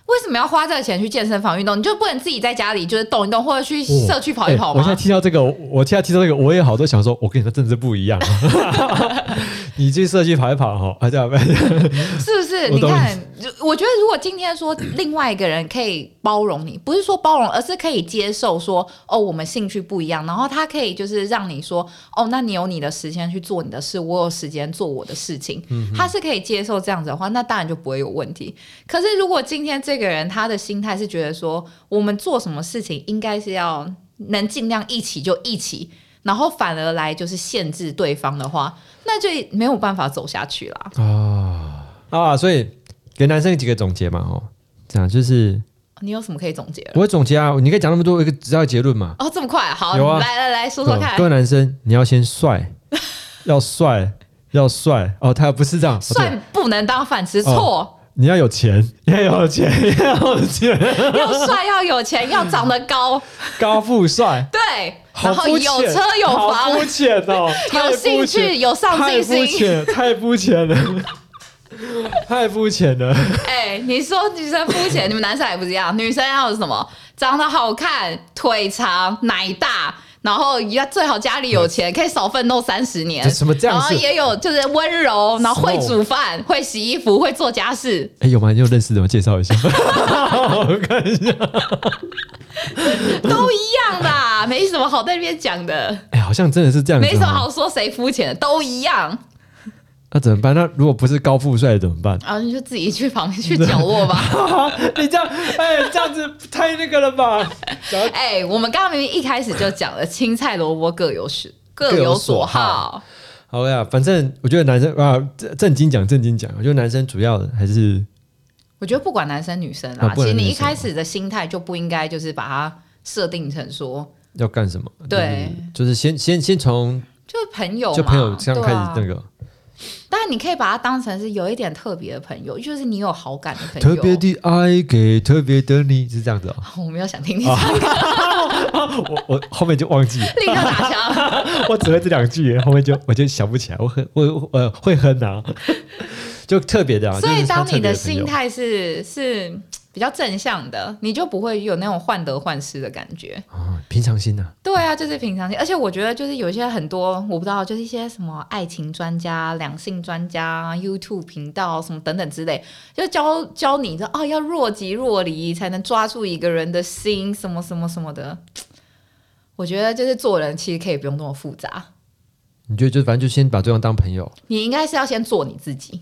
Speaker 2: 为什么要花这个钱去健身房运动？你就不能自己在家里就是动一动，或者去社区跑一跑
Speaker 1: 哎我现
Speaker 2: 吗
Speaker 1: 在？听到这个，我我现在听到这个，我也好多想说，我跟你的政治不一样，啊 你去社区跑一跑哈，啊这样呗，
Speaker 2: 是不是？
Speaker 1: 我
Speaker 2: 你
Speaker 1: 懂
Speaker 2: 看，就我觉得如果今天说另外一个人可以包容你，不是说包容，而是可以接受说，哦，我们兴趣不一样，然后他可以就是让你说，哦，那你有你的时间去做你的事，我有时间做我的事情，
Speaker 1: 嗯
Speaker 2: 他是可以接受这样子的话，那当然就不会有问题。可是如果今天这个人他的心态是觉得说，我们做什么事情应该是要能尽量一起就一起。然后反而来就是限制对方的话，那就没有办法走下去啦。
Speaker 1: 啊啊，所以给男生几个总结嘛，哦，这样就是
Speaker 2: 你有什么可以总结的？
Speaker 1: 我会总结啊，你可以讲那么多，我一个只要结论嘛，
Speaker 2: 哦，这么快？好，
Speaker 1: 有啊
Speaker 2: 来来来说说看
Speaker 1: 各，位男生，你要先 帅，要帅，要帅哦。他不是这样，哦对
Speaker 2: 算不能当饭吃，错，
Speaker 1: 你要有钱，要有钱，要有钱，
Speaker 2: 要帅要有钱，要长得 高，
Speaker 1: 高富帅，
Speaker 2: 对，
Speaker 1: 好
Speaker 2: 然后
Speaker 1: 肤浅，
Speaker 2: 有车有
Speaker 1: 好
Speaker 2: 房，
Speaker 1: 肤浅哦，太肤
Speaker 2: 兴趣
Speaker 1: 浅
Speaker 2: 有上进心
Speaker 1: 太肤浅，太肤浅了，太肤浅了。
Speaker 2: 哎，你说女生肤浅，你们男生还不是一样？女生要有什么？长得好看，腿长，奶大。然后要最好家里有钱，可以少奋斗三十年。
Speaker 1: 这什么这样嗯
Speaker 2: 然后
Speaker 1: 是
Speaker 2: 也有就是温柔，然后会煮饭，会洗衣服，会做家事。
Speaker 1: 哎，有吗？你有认识的吗？介绍一下， 我看一下。
Speaker 2: 都一样啦，没什么好在那边讲的，
Speaker 1: 哎，好像真的是这样子哦。
Speaker 2: 没什么好说谁肤浅的，都一样。
Speaker 1: 那怎么办？那如果不是高富帅怎么办？
Speaker 2: 然后啊你就自己去旁边去角落吧。
Speaker 1: 你这样，哎，这样子太那个了吧？讲到
Speaker 2: 哎、我们刚刚明明一开始就讲了，青菜萝卜各有所各
Speaker 1: 各有
Speaker 2: 有
Speaker 1: 所
Speaker 2: 所
Speaker 1: 好
Speaker 2: 好。
Speaker 1: 好呀，反正我觉得男生啊，正正经讲正经讲，我觉得男生主要的还是
Speaker 2: 我觉得不管男生女生
Speaker 1: 啊
Speaker 2: 啦，
Speaker 1: 不
Speaker 2: 其
Speaker 1: 管
Speaker 2: 实你
Speaker 1: 男
Speaker 2: 一
Speaker 1: 生
Speaker 2: 开始的心态就不应该就是把它设定成说
Speaker 1: 要干什么。
Speaker 2: 对
Speaker 1: 就是，就是先先先从
Speaker 2: 就是朋友嘛，
Speaker 1: 就朋友这样开始那
Speaker 2: 对啊。
Speaker 1: 个
Speaker 2: 但你可以把它当成是有一点特别的朋友，就是你有好感的朋友。
Speaker 1: 特别的爱给特别的你，是这样子哦。
Speaker 2: 我没有想听你唱
Speaker 1: 啊
Speaker 2: 歌，
Speaker 1: 我我后面就忘记了，
Speaker 2: 立刻打枪。
Speaker 1: 我只会这两句，后面就我就想不起来，我很我我呃会哼啊，就特别 的啊。
Speaker 2: 所
Speaker 1: 就
Speaker 2: 以，
Speaker 1: 是
Speaker 2: 当
Speaker 1: 他特别
Speaker 2: 你
Speaker 1: 的
Speaker 2: 的
Speaker 1: 朋
Speaker 2: 心
Speaker 1: 友
Speaker 2: 态是是比较正向的，你就不会有那种患得患失的感觉。
Speaker 1: 哦，平常心呐，
Speaker 2: 对啊，就是平常心。而且我觉得，就是有一些很多我不知道，就是一些什么爱情专家、两性专家、YouTube 频道什么等等之类，就教教你这哦，要若即若离才能抓住一个人的心，什么什么什么的。我觉得就是做人其实可以不用那么复杂，
Speaker 1: 你就就反正就先把对方当朋友。
Speaker 2: 你应该是要先做你自己，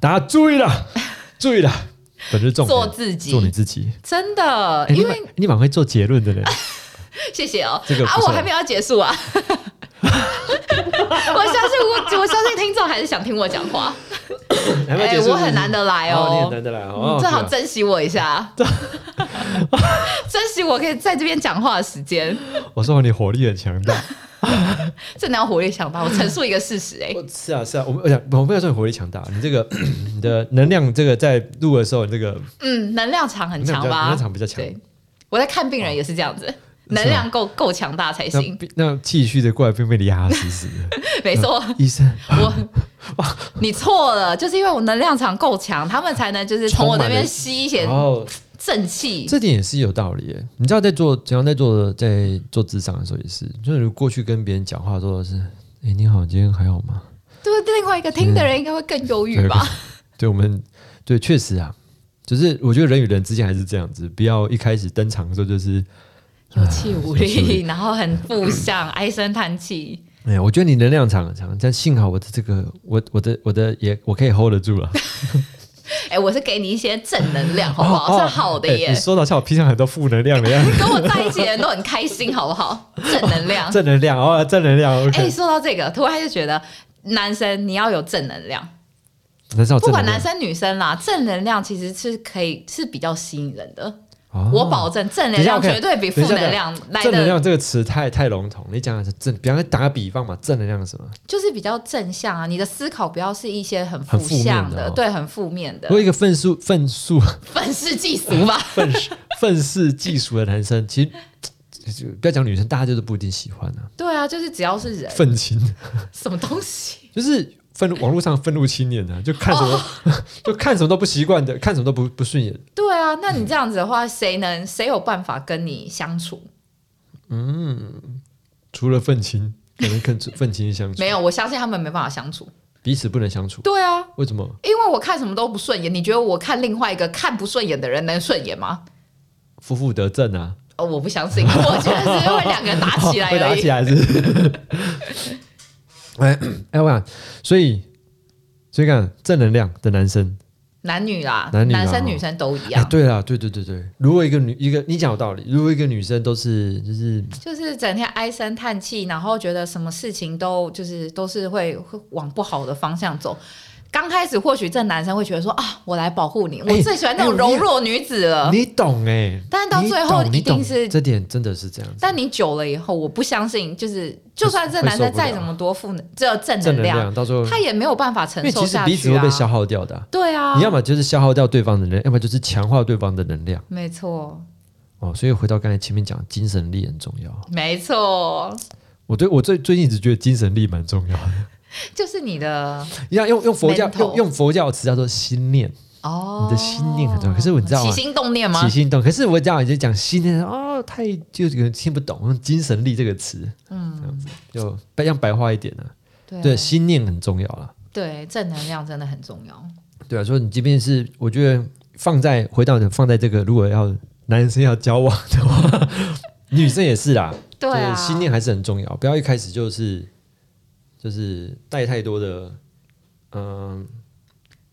Speaker 1: 大家注意 了，注意了，本日重点
Speaker 2: 做自己
Speaker 1: 做你自己。
Speaker 2: 真的，
Speaker 1: 哎，你
Speaker 2: 因
Speaker 1: 蛮
Speaker 2: 为
Speaker 1: 你蛮会做结论的 嘞。
Speaker 2: 谢谢哦。
Speaker 1: 这个不
Speaker 2: 啊，
Speaker 1: 错
Speaker 2: 我还没有要结束啊。 我相信我，我相信听众还是想听我讲话。
Speaker 1: 还没有
Speaker 2: 哎、
Speaker 1: 结束
Speaker 2: 我很难得来
Speaker 1: 哦你
Speaker 2: 哦，
Speaker 1: 很难得来哦
Speaker 2: 嗯
Speaker 1: 哦
Speaker 2: 最好
Speaker 1: 对啊
Speaker 2: 珍惜我 一下，珍惜我可以在这边讲话的时间。
Speaker 1: 我说你火力很强大。
Speaker 2: 真的要活力想吧，我陈述一个事实、哎，
Speaker 1: 我是啊是啊，我们我想我们要说你火力强大，你这个你的能量，这个在录的时候，你这个
Speaker 2: 嗯，能量场很强
Speaker 1: 能
Speaker 2: 吧？
Speaker 1: 量场比较强哦
Speaker 2: 对，我在看病人也是这样子。能量够够强大才
Speaker 1: 那
Speaker 2: 行，
Speaker 1: 那气虚的过来，并被你压死死 的。
Speaker 2: 没错，
Speaker 1: 医 生，
Speaker 2: 我你错了，就是因为我能量场够强，他们才能就是从我
Speaker 1: 充满
Speaker 2: 这边
Speaker 1: 了哦
Speaker 2: 吸一些
Speaker 1: 然后
Speaker 2: 正气。
Speaker 1: 这点也是有道理耶。你知道在做，怎样在做在做智商的时候也是，就是你过去跟别人讲话说的是，哎、你好，你今天还好吗？
Speaker 2: 对，另外一个听的人应该会更忧郁吧？
Speaker 1: 对我 们，对，确实啊，就是我觉得人与人之间还是这样子，不要一开始登场的时候就是
Speaker 2: 有气无
Speaker 1: 有气无
Speaker 2: 力，然后很负向，唉声叹气。
Speaker 1: 哎、我觉得你能量场很强，但幸好我的这个，我我的我的也我可以 hold 得住了。
Speaker 2: 哎、我是给你一些正能量，好不好？是好的
Speaker 1: 哦哎
Speaker 2: 耶
Speaker 1: 你。说到像我披上很多负能量的样 子，
Speaker 2: 跟我在一起的人都很开心，好不好？正能 量。
Speaker 1: 正能量哦，正能量。
Speaker 2: 哎、
Speaker 1: OK，、
Speaker 2: 说到这个，突然就觉得男生你要有正能量，
Speaker 1: 男生有
Speaker 2: 不
Speaker 1: 哦正能
Speaker 2: 管
Speaker 1: 量
Speaker 2: 男生女生啦，正能量其实是可以是比较吸引人的。
Speaker 1: 哦
Speaker 2: 我保证，正能量
Speaker 1: 等一下，OK，
Speaker 2: 绝对比负
Speaker 1: 等一下
Speaker 2: 能量来
Speaker 1: 正能
Speaker 2: 的，
Speaker 1: 量这个词太太笼统，你讲的是正，比方说打个比方嘛，正能量是什么？
Speaker 2: 就是比较正向啊。你的思考不要是一些很
Speaker 1: 很负面
Speaker 2: 向
Speaker 1: 的哦
Speaker 2: 对，很负面的
Speaker 1: 如，果一个愤世愤世
Speaker 2: 愤世嫉 俗吧。
Speaker 1: 愤世愤世嫉俗的男生，其实就不要讲女生，大家就是不一定喜欢啊。
Speaker 2: 对啊，就是只要是人，
Speaker 1: 愤青
Speaker 2: 什么东西，
Speaker 1: 就是愤怒，网络上愤怒青年啊，就看什么、
Speaker 2: 哦
Speaker 1: 就看什么都不习惯的，看什么都不不顺眼。
Speaker 2: 对啊。那你这样子的话，谁能谁有办法跟你相处？
Speaker 1: 除了愤青，可能跟愤青相处
Speaker 2: 没，有，我相信他们没办法相处。
Speaker 1: 彼此不能相处。
Speaker 2: 对啊，
Speaker 1: 为什么？
Speaker 2: 因为我看什么都不顺眼，你觉得我看另外一个看不顺眼的人能顺眼吗？
Speaker 1: 夫妇得正啊，
Speaker 2: 哦，我不相信，我觉得只是会两个人打起 来
Speaker 1: 哦会打
Speaker 2: 而
Speaker 1: 起
Speaker 2: 已。
Speaker 1: 来是。哎哎，我想，所以所以看正能量的男生，
Speaker 2: 男女啦，
Speaker 1: 男女啦
Speaker 2: 生
Speaker 1: 哦
Speaker 2: 女生都一
Speaker 1: 哎，
Speaker 2: 样，
Speaker 1: 对啦，对对对对，如果一个女一个，你讲有道理，如果一个女生都是就是
Speaker 2: 就是整天唉声叹气，然后觉得什么事情都就是都是会会往不好的方向走。刚开始或许这男生会觉得说啊，我来保护你，我
Speaker 1: 哎
Speaker 2: 最喜欢那种
Speaker 1: 哎
Speaker 2: 柔弱女子了。
Speaker 1: 你懂哎、
Speaker 2: 呃但到
Speaker 1: 你
Speaker 2: 最后
Speaker 1: 懂你
Speaker 2: 一定
Speaker 1: 懂
Speaker 2: 是
Speaker 1: 这点真的是这样子，
Speaker 2: 但你久了以后，我不相信，就是就算这
Speaker 1: 会
Speaker 2: 男生
Speaker 1: 受不
Speaker 2: 再
Speaker 1: 了
Speaker 2: 怎么多负能，这正
Speaker 1: 正能
Speaker 2: 量，
Speaker 1: 量到最后，
Speaker 2: 他
Speaker 1: 因
Speaker 2: 也没有办法承
Speaker 1: 为
Speaker 2: 受
Speaker 1: 其实
Speaker 2: 下去、啊。
Speaker 1: 彼此会被消耗掉的啊、
Speaker 2: 对啊，
Speaker 1: 你要么就是消耗掉对方的能量，要么就是强化对方的能量
Speaker 2: 没错，
Speaker 1: 哦。所以回到刚才前面讲，精神力很重要。
Speaker 2: 没错，
Speaker 1: 我对我最最近一直觉得精神力蛮重要的。
Speaker 2: 就是你的
Speaker 1: 要用用佛教
Speaker 2: Mental
Speaker 1: 用用佛教的词叫做心念，
Speaker 2: 哦，
Speaker 1: 你的心念很重要。可是我你知道
Speaker 2: 起
Speaker 1: 吗？
Speaker 2: 心动念吗
Speaker 1: 起？心动，可是我知道你就讲心念哦，太就有人听不懂用精神力这个词，
Speaker 2: 嗯，
Speaker 1: 就白让白话一点啊。
Speaker 2: 对
Speaker 1: 对，心念很重要啦。
Speaker 2: 对，正能量真的很重要。
Speaker 1: 对啊，所以你即便是我觉得放在回到你放在这个，如果要男生要交往的话， 女生也是啦，
Speaker 2: 对啊，
Speaker 1: 就是心念还是很重要，不要一开始就是就是带太多的嗯。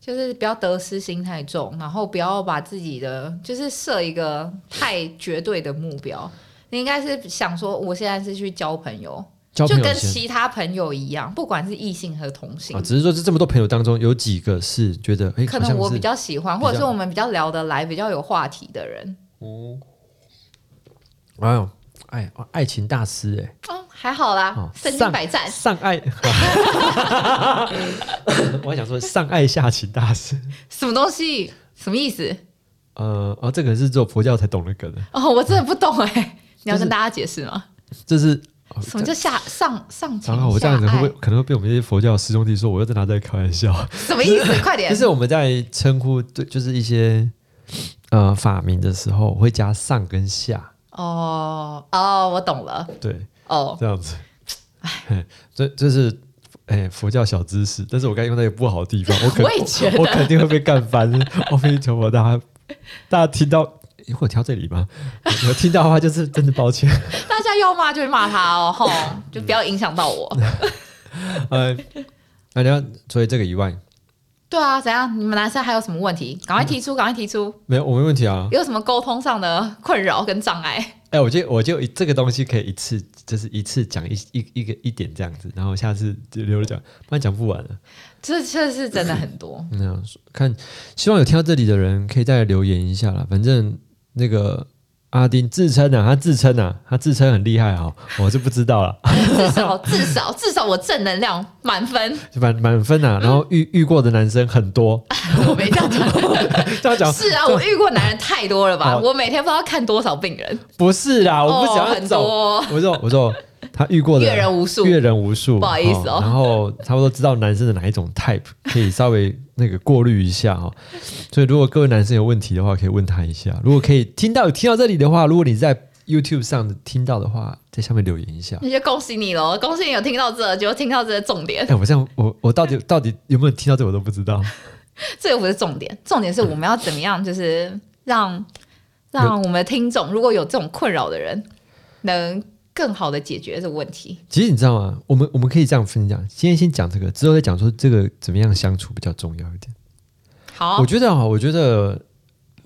Speaker 2: 就是不要得失心太重，然后不要把自己的就是设一个太绝对的目标。你应该是想说，我现在是去交朋友，
Speaker 1: 交朋
Speaker 2: 就
Speaker 1: 友
Speaker 2: 跟
Speaker 1: 先。
Speaker 2: 其他朋友一样，不管是异性和同性
Speaker 1: 啊，，只是说这这么多朋友当中，有几个是觉得，哎、
Speaker 2: 可
Speaker 1: 好
Speaker 2: 能
Speaker 1: 像
Speaker 2: 我
Speaker 1: 是
Speaker 2: 比较喜欢，或者
Speaker 1: 比
Speaker 2: 是
Speaker 1: 较
Speaker 2: 我们比较聊得来、比较有话题的人。
Speaker 1: 哎呦，哎，爱情大师哎、
Speaker 2: 嗯，还好啦
Speaker 1: 哦，
Speaker 2: 身经
Speaker 1: 上
Speaker 2: 百战。
Speaker 1: 上爱， 我还想说上爱下情大师，
Speaker 2: 什么东西？什么意思？
Speaker 1: 呃，哦，这个是只有佛教才懂的梗，啊
Speaker 2: 哦，我真的不懂哎、你要
Speaker 1: 就是
Speaker 2: 跟大家解释吗？
Speaker 1: 这是。哦
Speaker 2: 什么叫下上上情
Speaker 1: 然后我这
Speaker 2: 下
Speaker 1: 样子会不会
Speaker 2: 爱？
Speaker 1: 可能会被我们这些佛教师兄弟说，我又在拿这开玩笑？
Speaker 2: 什么意思？快点！
Speaker 1: 就是我们在称呼对，就是一些呃法名的时候，会加上跟下，
Speaker 2: 哦哦，我懂了
Speaker 1: 对，
Speaker 2: 哦。
Speaker 1: 这样子， 嘿这这是哎、佛教小知识，但是我该用在一个不好的地方，我肯
Speaker 2: 我也觉得
Speaker 1: 我肯定会被干翻。 阿弥陀佛，大家大家听到，诶我有挑这里吗？有听到的话就是真的抱歉。
Speaker 2: 大家要骂就去骂他哦，吼，就不要影响到我。
Speaker 1: 嗯呃，那你要除了这个以外，
Speaker 2: 对啊，怎样？你们男生还有什么问题？赶快提出，赶快提出，
Speaker 1: 没有我没问题啊。
Speaker 2: 有什么沟通上的困扰跟障碍？
Speaker 1: 哎、我就我就一这个东西可以一次就是一次讲一一一个一点这样子，然后下次就留着讲，不然讲不完了。
Speaker 2: 这这是真的很多。
Speaker 1: 那样说看，希望有听到这里的人可以再留言一下啦。反正那个阿丁自称啊，他自称啊，他自称很厉害哦，我是不知道啦，
Speaker 2: 至少至少至少我正能量满分，
Speaker 1: 就满满分啊。然后遇遇过的男生很多，
Speaker 2: 我没这样讲。
Speaker 1: 这样讲
Speaker 2: 是啊，我遇过男人太多了吧？
Speaker 1: 哦
Speaker 2: 我每天不知道看多少病人，
Speaker 1: 不是啦，我不想
Speaker 2: 哦，
Speaker 1: 要
Speaker 2: 很
Speaker 1: 走。
Speaker 2: 多。
Speaker 1: 我 说我说他遇过的
Speaker 2: 阅人无数
Speaker 1: 阅人无数，
Speaker 2: 不好意思哦
Speaker 1: 然后差不多知道男生的哪一种 type，可以稍微那个过滤一下哦。所以如果各位男生有问题的话，可以问他一下。如果可以听到听到这里的话，如果你在 YouTube 上听到的话，在下面留言一下。
Speaker 2: 那就恭喜你喽！恭喜你有听到这，就听到这个重点
Speaker 1: 哎、，我这样，我我到底到底有没有听到这，我都不知道。
Speaker 2: 这个不是重点，重点是我们要怎么样，就是让让我们的听众，如果有这种困扰的人，能更好的解决这个问题。
Speaker 1: 其实你知道吗？我们我们可以这样分享，今天先讲这个，之后再讲说这个怎么样相处比较重要一点。
Speaker 2: 好哦
Speaker 1: 我，觉得啊，我觉得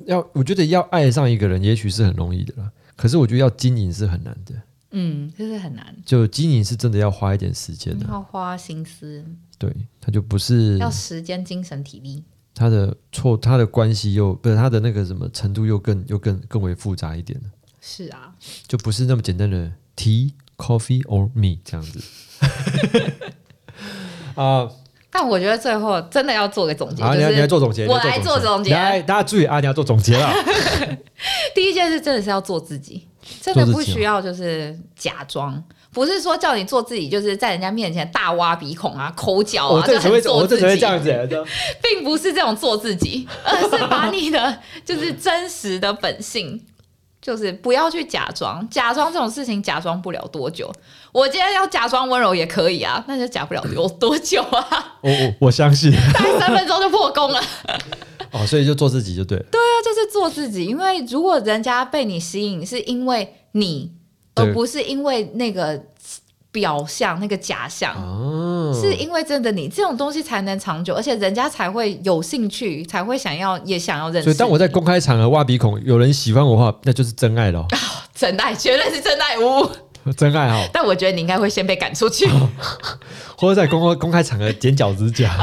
Speaker 1: 要，我觉得要爱上一个人，也许是很容易的啦。可是我觉得要经营是很难的，
Speaker 2: 嗯，这是很难，
Speaker 1: 就经营是真的要花一点时间的、
Speaker 2: 要花心思，
Speaker 1: 对，他就不是
Speaker 2: 嗯要时间、精神、体力。
Speaker 1: 他的错，他的关系又不是他的那个什么程度又更又更更为复杂一点了，
Speaker 2: 是啊，
Speaker 1: 就不是那么简单的 tea coffee or me 这样 子。啊、
Speaker 2: 但我觉得最后真的要做个总结，
Speaker 1: 好，
Speaker 2: 就
Speaker 1: 你要你来
Speaker 2: 是
Speaker 1: 做总结，
Speaker 2: 我
Speaker 1: 你要
Speaker 2: 来做总结
Speaker 1: 来大家注意啊，你要做总结 了。
Speaker 2: 第一件事真的是要做自己，真的不
Speaker 1: 做自己哦
Speaker 2: 需要就是假装。不是说叫你做自己，就是在人家面前大挖鼻孔啊、抠脚
Speaker 1: 我
Speaker 2: 啊，
Speaker 1: 这
Speaker 2: 就
Speaker 1: 只
Speaker 2: 很
Speaker 1: 会
Speaker 2: 做
Speaker 1: 我
Speaker 2: 自
Speaker 1: 这
Speaker 2: 己
Speaker 1: 只。会这样子，这样
Speaker 2: 并不是这种做自己，而是把你的就是真实的本性，就是不要去假装，假装这种事情假装不了多久。我今天要假装温柔也可以啊，那就假不了有多久 啊，
Speaker 1: 我我我相信
Speaker 2: 大概三分钟就破功了。
Speaker 1: 哦，所以就做自己就对了。
Speaker 2: 那就是做自己，因为如果人家被你吸引，是因为你，
Speaker 1: 对
Speaker 2: 而不是因为那个表象、那个假象。
Speaker 1: 哦，
Speaker 2: 是因为真的你这种东西才能长久，而且人家才会有兴趣，才会想要也想要认识
Speaker 1: 所
Speaker 2: 你。
Speaker 1: 以当我在公开场合挖鼻孔，有人喜欢我的话，那就是真 爱咯，
Speaker 2: 真爱绝对是真爱屋，
Speaker 1: 真爱哦。
Speaker 2: 但我觉得你应该会先被赶出去
Speaker 1: 或者在公公开场合剪脚趾甲，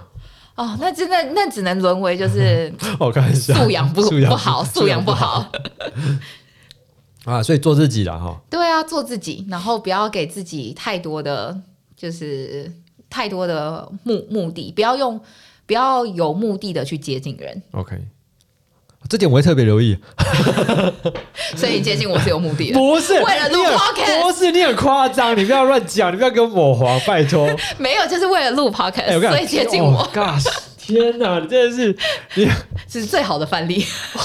Speaker 2: 哦。那真的那只能沦为就是
Speaker 1: 我哦开玩笑，
Speaker 2: 素养不
Speaker 1: 啊素养
Speaker 2: 不好，素养不好。
Speaker 1: 啊，所以做自己了哈。
Speaker 2: 对啊，做自己，然后不要给自己太多的就是太多的目目的，不要用不要有目的的去接近 人。
Speaker 1: OK，这点我会特别留意。
Speaker 2: 所以接近我是有目 的的，
Speaker 1: 不是
Speaker 2: 为了录
Speaker 1: 你很
Speaker 2: podcast
Speaker 1: 不是你很夸张，你不要乱讲，你不要跟我抹黄，拜 托。
Speaker 2: 没有就是为了录 podcast，、
Speaker 1: 哎，我跟你
Speaker 2: 所
Speaker 1: 讲
Speaker 2: 以接近
Speaker 1: 哦
Speaker 2: 我
Speaker 1: gosh，天哪，你真的是你，
Speaker 2: 是最好的范例。
Speaker 1: 哦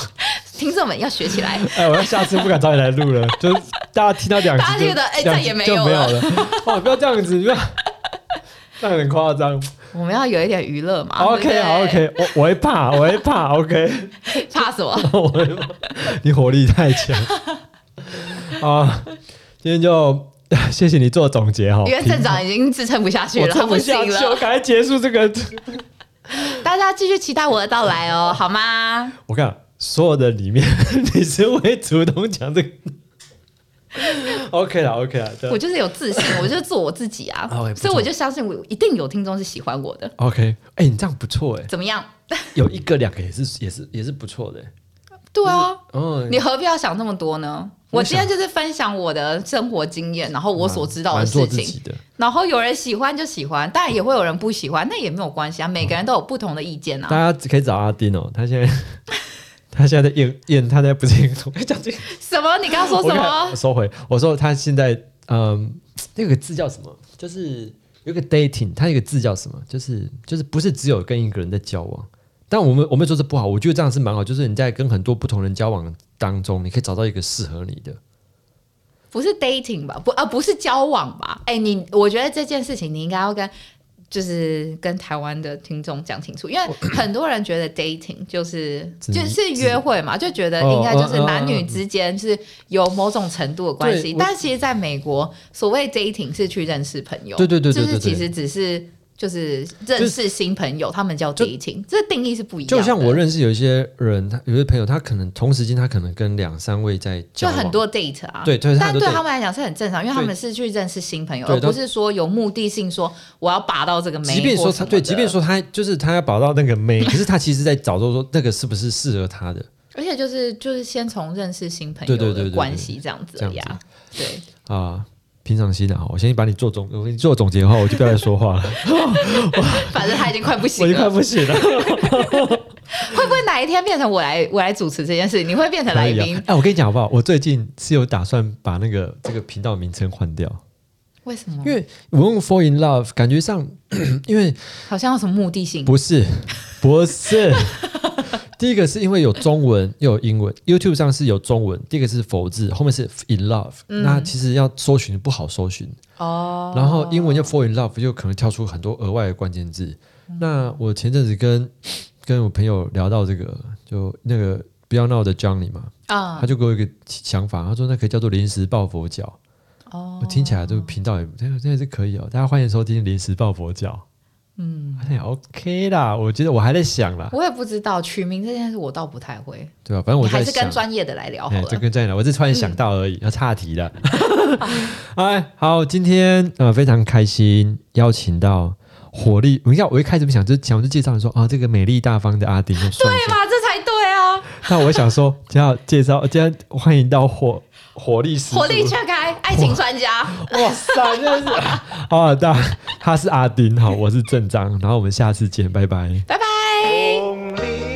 Speaker 2: 听众们要学起来，
Speaker 1: 哎，我要下次不敢找你来录了，就是大家听到两集就，
Speaker 2: 大家觉得哎
Speaker 1: 两集
Speaker 2: 再也没
Speaker 1: 就
Speaker 2: 有
Speaker 1: 没有
Speaker 2: 了
Speaker 1: 了。哦，不要这样子，不要，这样很夸张。
Speaker 2: 我们要有一点娱乐嘛。啊对不
Speaker 1: OK，
Speaker 2: 对
Speaker 1: 好 OK，我我会怕，我会怕。OK，
Speaker 2: 怕什么？
Speaker 1: 我会怕，你火力太强啊！今天就谢谢你做总结哈，
Speaker 2: 因为镇长已经支撑不下去
Speaker 1: 我
Speaker 2: 了，他
Speaker 1: 撑
Speaker 2: 不
Speaker 1: 不下
Speaker 2: 行
Speaker 1: 去，我
Speaker 2: 了。
Speaker 1: 赶快结束这个。
Speaker 2: 大家继续期待我的到来 哦，好吗？
Speaker 1: 我看所有的里面， 你是会主动讲这个。OK 啦，OK 啦，对
Speaker 2: 我就是有自信，我就是做我自己啊
Speaker 1: 哦也，不错
Speaker 2: 所以我就相信我一定有听众是喜欢我的。
Speaker 1: OK。哎、你这样不错哎、
Speaker 2: 怎么样？
Speaker 1: 有一个两个也是也是也是不错的、欸。
Speaker 2: 对啊，
Speaker 1: 嗯，
Speaker 2: 你何必要想那么多呢？我今天
Speaker 1: 想
Speaker 2: 就是分享我的生活经验，然后我所知道
Speaker 1: 嗯蛮
Speaker 2: 的
Speaker 1: 做
Speaker 2: 事
Speaker 1: 自己
Speaker 2: 情，
Speaker 1: 的，
Speaker 2: 然后有人喜欢就喜欢，当然也会有人不喜欢，那也没有关系啊。每个人都有不同的意见
Speaker 1: 大
Speaker 2: 啊，
Speaker 1: 家可以找阿丁哦，他现在 他现在在验验，他在不是验收，讲这个
Speaker 2: 什么？你刚刚说
Speaker 1: 我
Speaker 2: 什
Speaker 1: 看
Speaker 2: 么
Speaker 1: 我？收回，我说他现在嗯，那个字叫什么？就是有一个 dating，他有一个字叫什么？就是就是不是只有跟一个人在交往。但我们我们说这不好，我觉得这样是蛮好，就是你在跟很多不同人交往当中，你可以找到一个适合你的。
Speaker 2: 不是 dating 吧？不啊，不是交往吧？哎、你我觉得这件事情你应该要跟就是跟台湾的听众讲清楚，因为很多人觉得 dating 就是
Speaker 1: 只
Speaker 2: 就是约会嘛，就觉得
Speaker 1: 哦
Speaker 2: 应该就是男女之间是有某种程度的关
Speaker 1: 对
Speaker 2: 系，
Speaker 1: 我
Speaker 2: 但其实在美国，所谓 dating 是去认识朋友，
Speaker 1: 对对对对
Speaker 2: 就是
Speaker 1: 对对
Speaker 2: 其实只是。就是认识新朋友，他们叫 dating，这定义是不一样的。
Speaker 1: 就像我认识有一些人，他有些朋友，他可能同时间他可能跟两三位在交
Speaker 2: 就
Speaker 1: 往，
Speaker 2: 很多 date 啊，
Speaker 1: 对就是
Speaker 2: 但
Speaker 1: 很多
Speaker 2: 对
Speaker 1: date
Speaker 2: 他们来讲是很正常，因为他
Speaker 1: 对
Speaker 2: 们是去认识新朋友，
Speaker 1: 对
Speaker 2: 而不是说有目的性说我要拔到这个妹。
Speaker 1: 即便说他对，即便，说他就是他要保到那个妹，可是他其实在找说说那个是不是适合他的
Speaker 2: 而且就是就是先从认识新朋
Speaker 1: 对
Speaker 2: 友
Speaker 1: 对对对
Speaker 2: 的关系这样子
Speaker 1: 这样
Speaker 2: 呀，对，
Speaker 1: 啊。平常心的哈，我先把你做总，我你做总结的话，我就不要再说 话了，
Speaker 2: 反正他已经快不
Speaker 1: 我
Speaker 2: 行
Speaker 1: 就快
Speaker 2: 了，
Speaker 1: 不行了。
Speaker 2: 会不会哪一天变成我来我来主持这件事？你会变成
Speaker 1: 可
Speaker 2: 来
Speaker 1: 以啊
Speaker 2: 宾？
Speaker 1: 哎、我跟你讲好不好？我最近是有打算把那个这个频道名称换掉，
Speaker 2: 为什么？
Speaker 1: 因为我用 Fall in Love，感觉上， 因为
Speaker 2: 好像有什么目的性？
Speaker 1: 不是，不是。 第一个是因为有中文又有英文，YouTube 上是有中文。第一个是佛字，后面是 in love，、那其实要搜寻不好搜寻。
Speaker 2: 哦，
Speaker 1: 然后英文叫 fall in love，就可能跳出很多额外的关键字。那我前阵子跟跟我朋友聊到这个，就那个不要闹的 Johnny 嘛，
Speaker 2: 啊
Speaker 1: 他就给我一个想法，他说那可以叫做临时抱佛脚。
Speaker 2: 哦
Speaker 1: 我，听起来这个频道也真的真的是可以哦。大家欢迎收听《临时抱佛脚》，
Speaker 2: 嗯，
Speaker 1: 哎，OK 啦，我觉得我还在想啦，
Speaker 2: 我也不知道取名这件事，我倒不太会，
Speaker 1: 对吧、反正我
Speaker 2: 你还
Speaker 1: 在
Speaker 2: 是跟
Speaker 1: 想，
Speaker 2: 专业的来聊好
Speaker 1: 哎，就
Speaker 2: 了。嗯
Speaker 1: 跟这样了，我是突然想到而已，要岔题了。 哎，好，今天呃非常开心，邀请到火力。我一下我一开始不想就想就介绍人说啊，这个美丽大方的阿丁，就帅
Speaker 2: 对嘛，这才对啊！
Speaker 1: 那我想说，今天要介绍，今天欢迎到火火力十足
Speaker 2: 火力全开，爱情专家，
Speaker 1: 哇塞，真的 是啊！大家他是阿丁，好，我是郑章，然后我们下次见，拜拜。
Speaker 2: 拜拜。
Speaker 3: 红梨。哦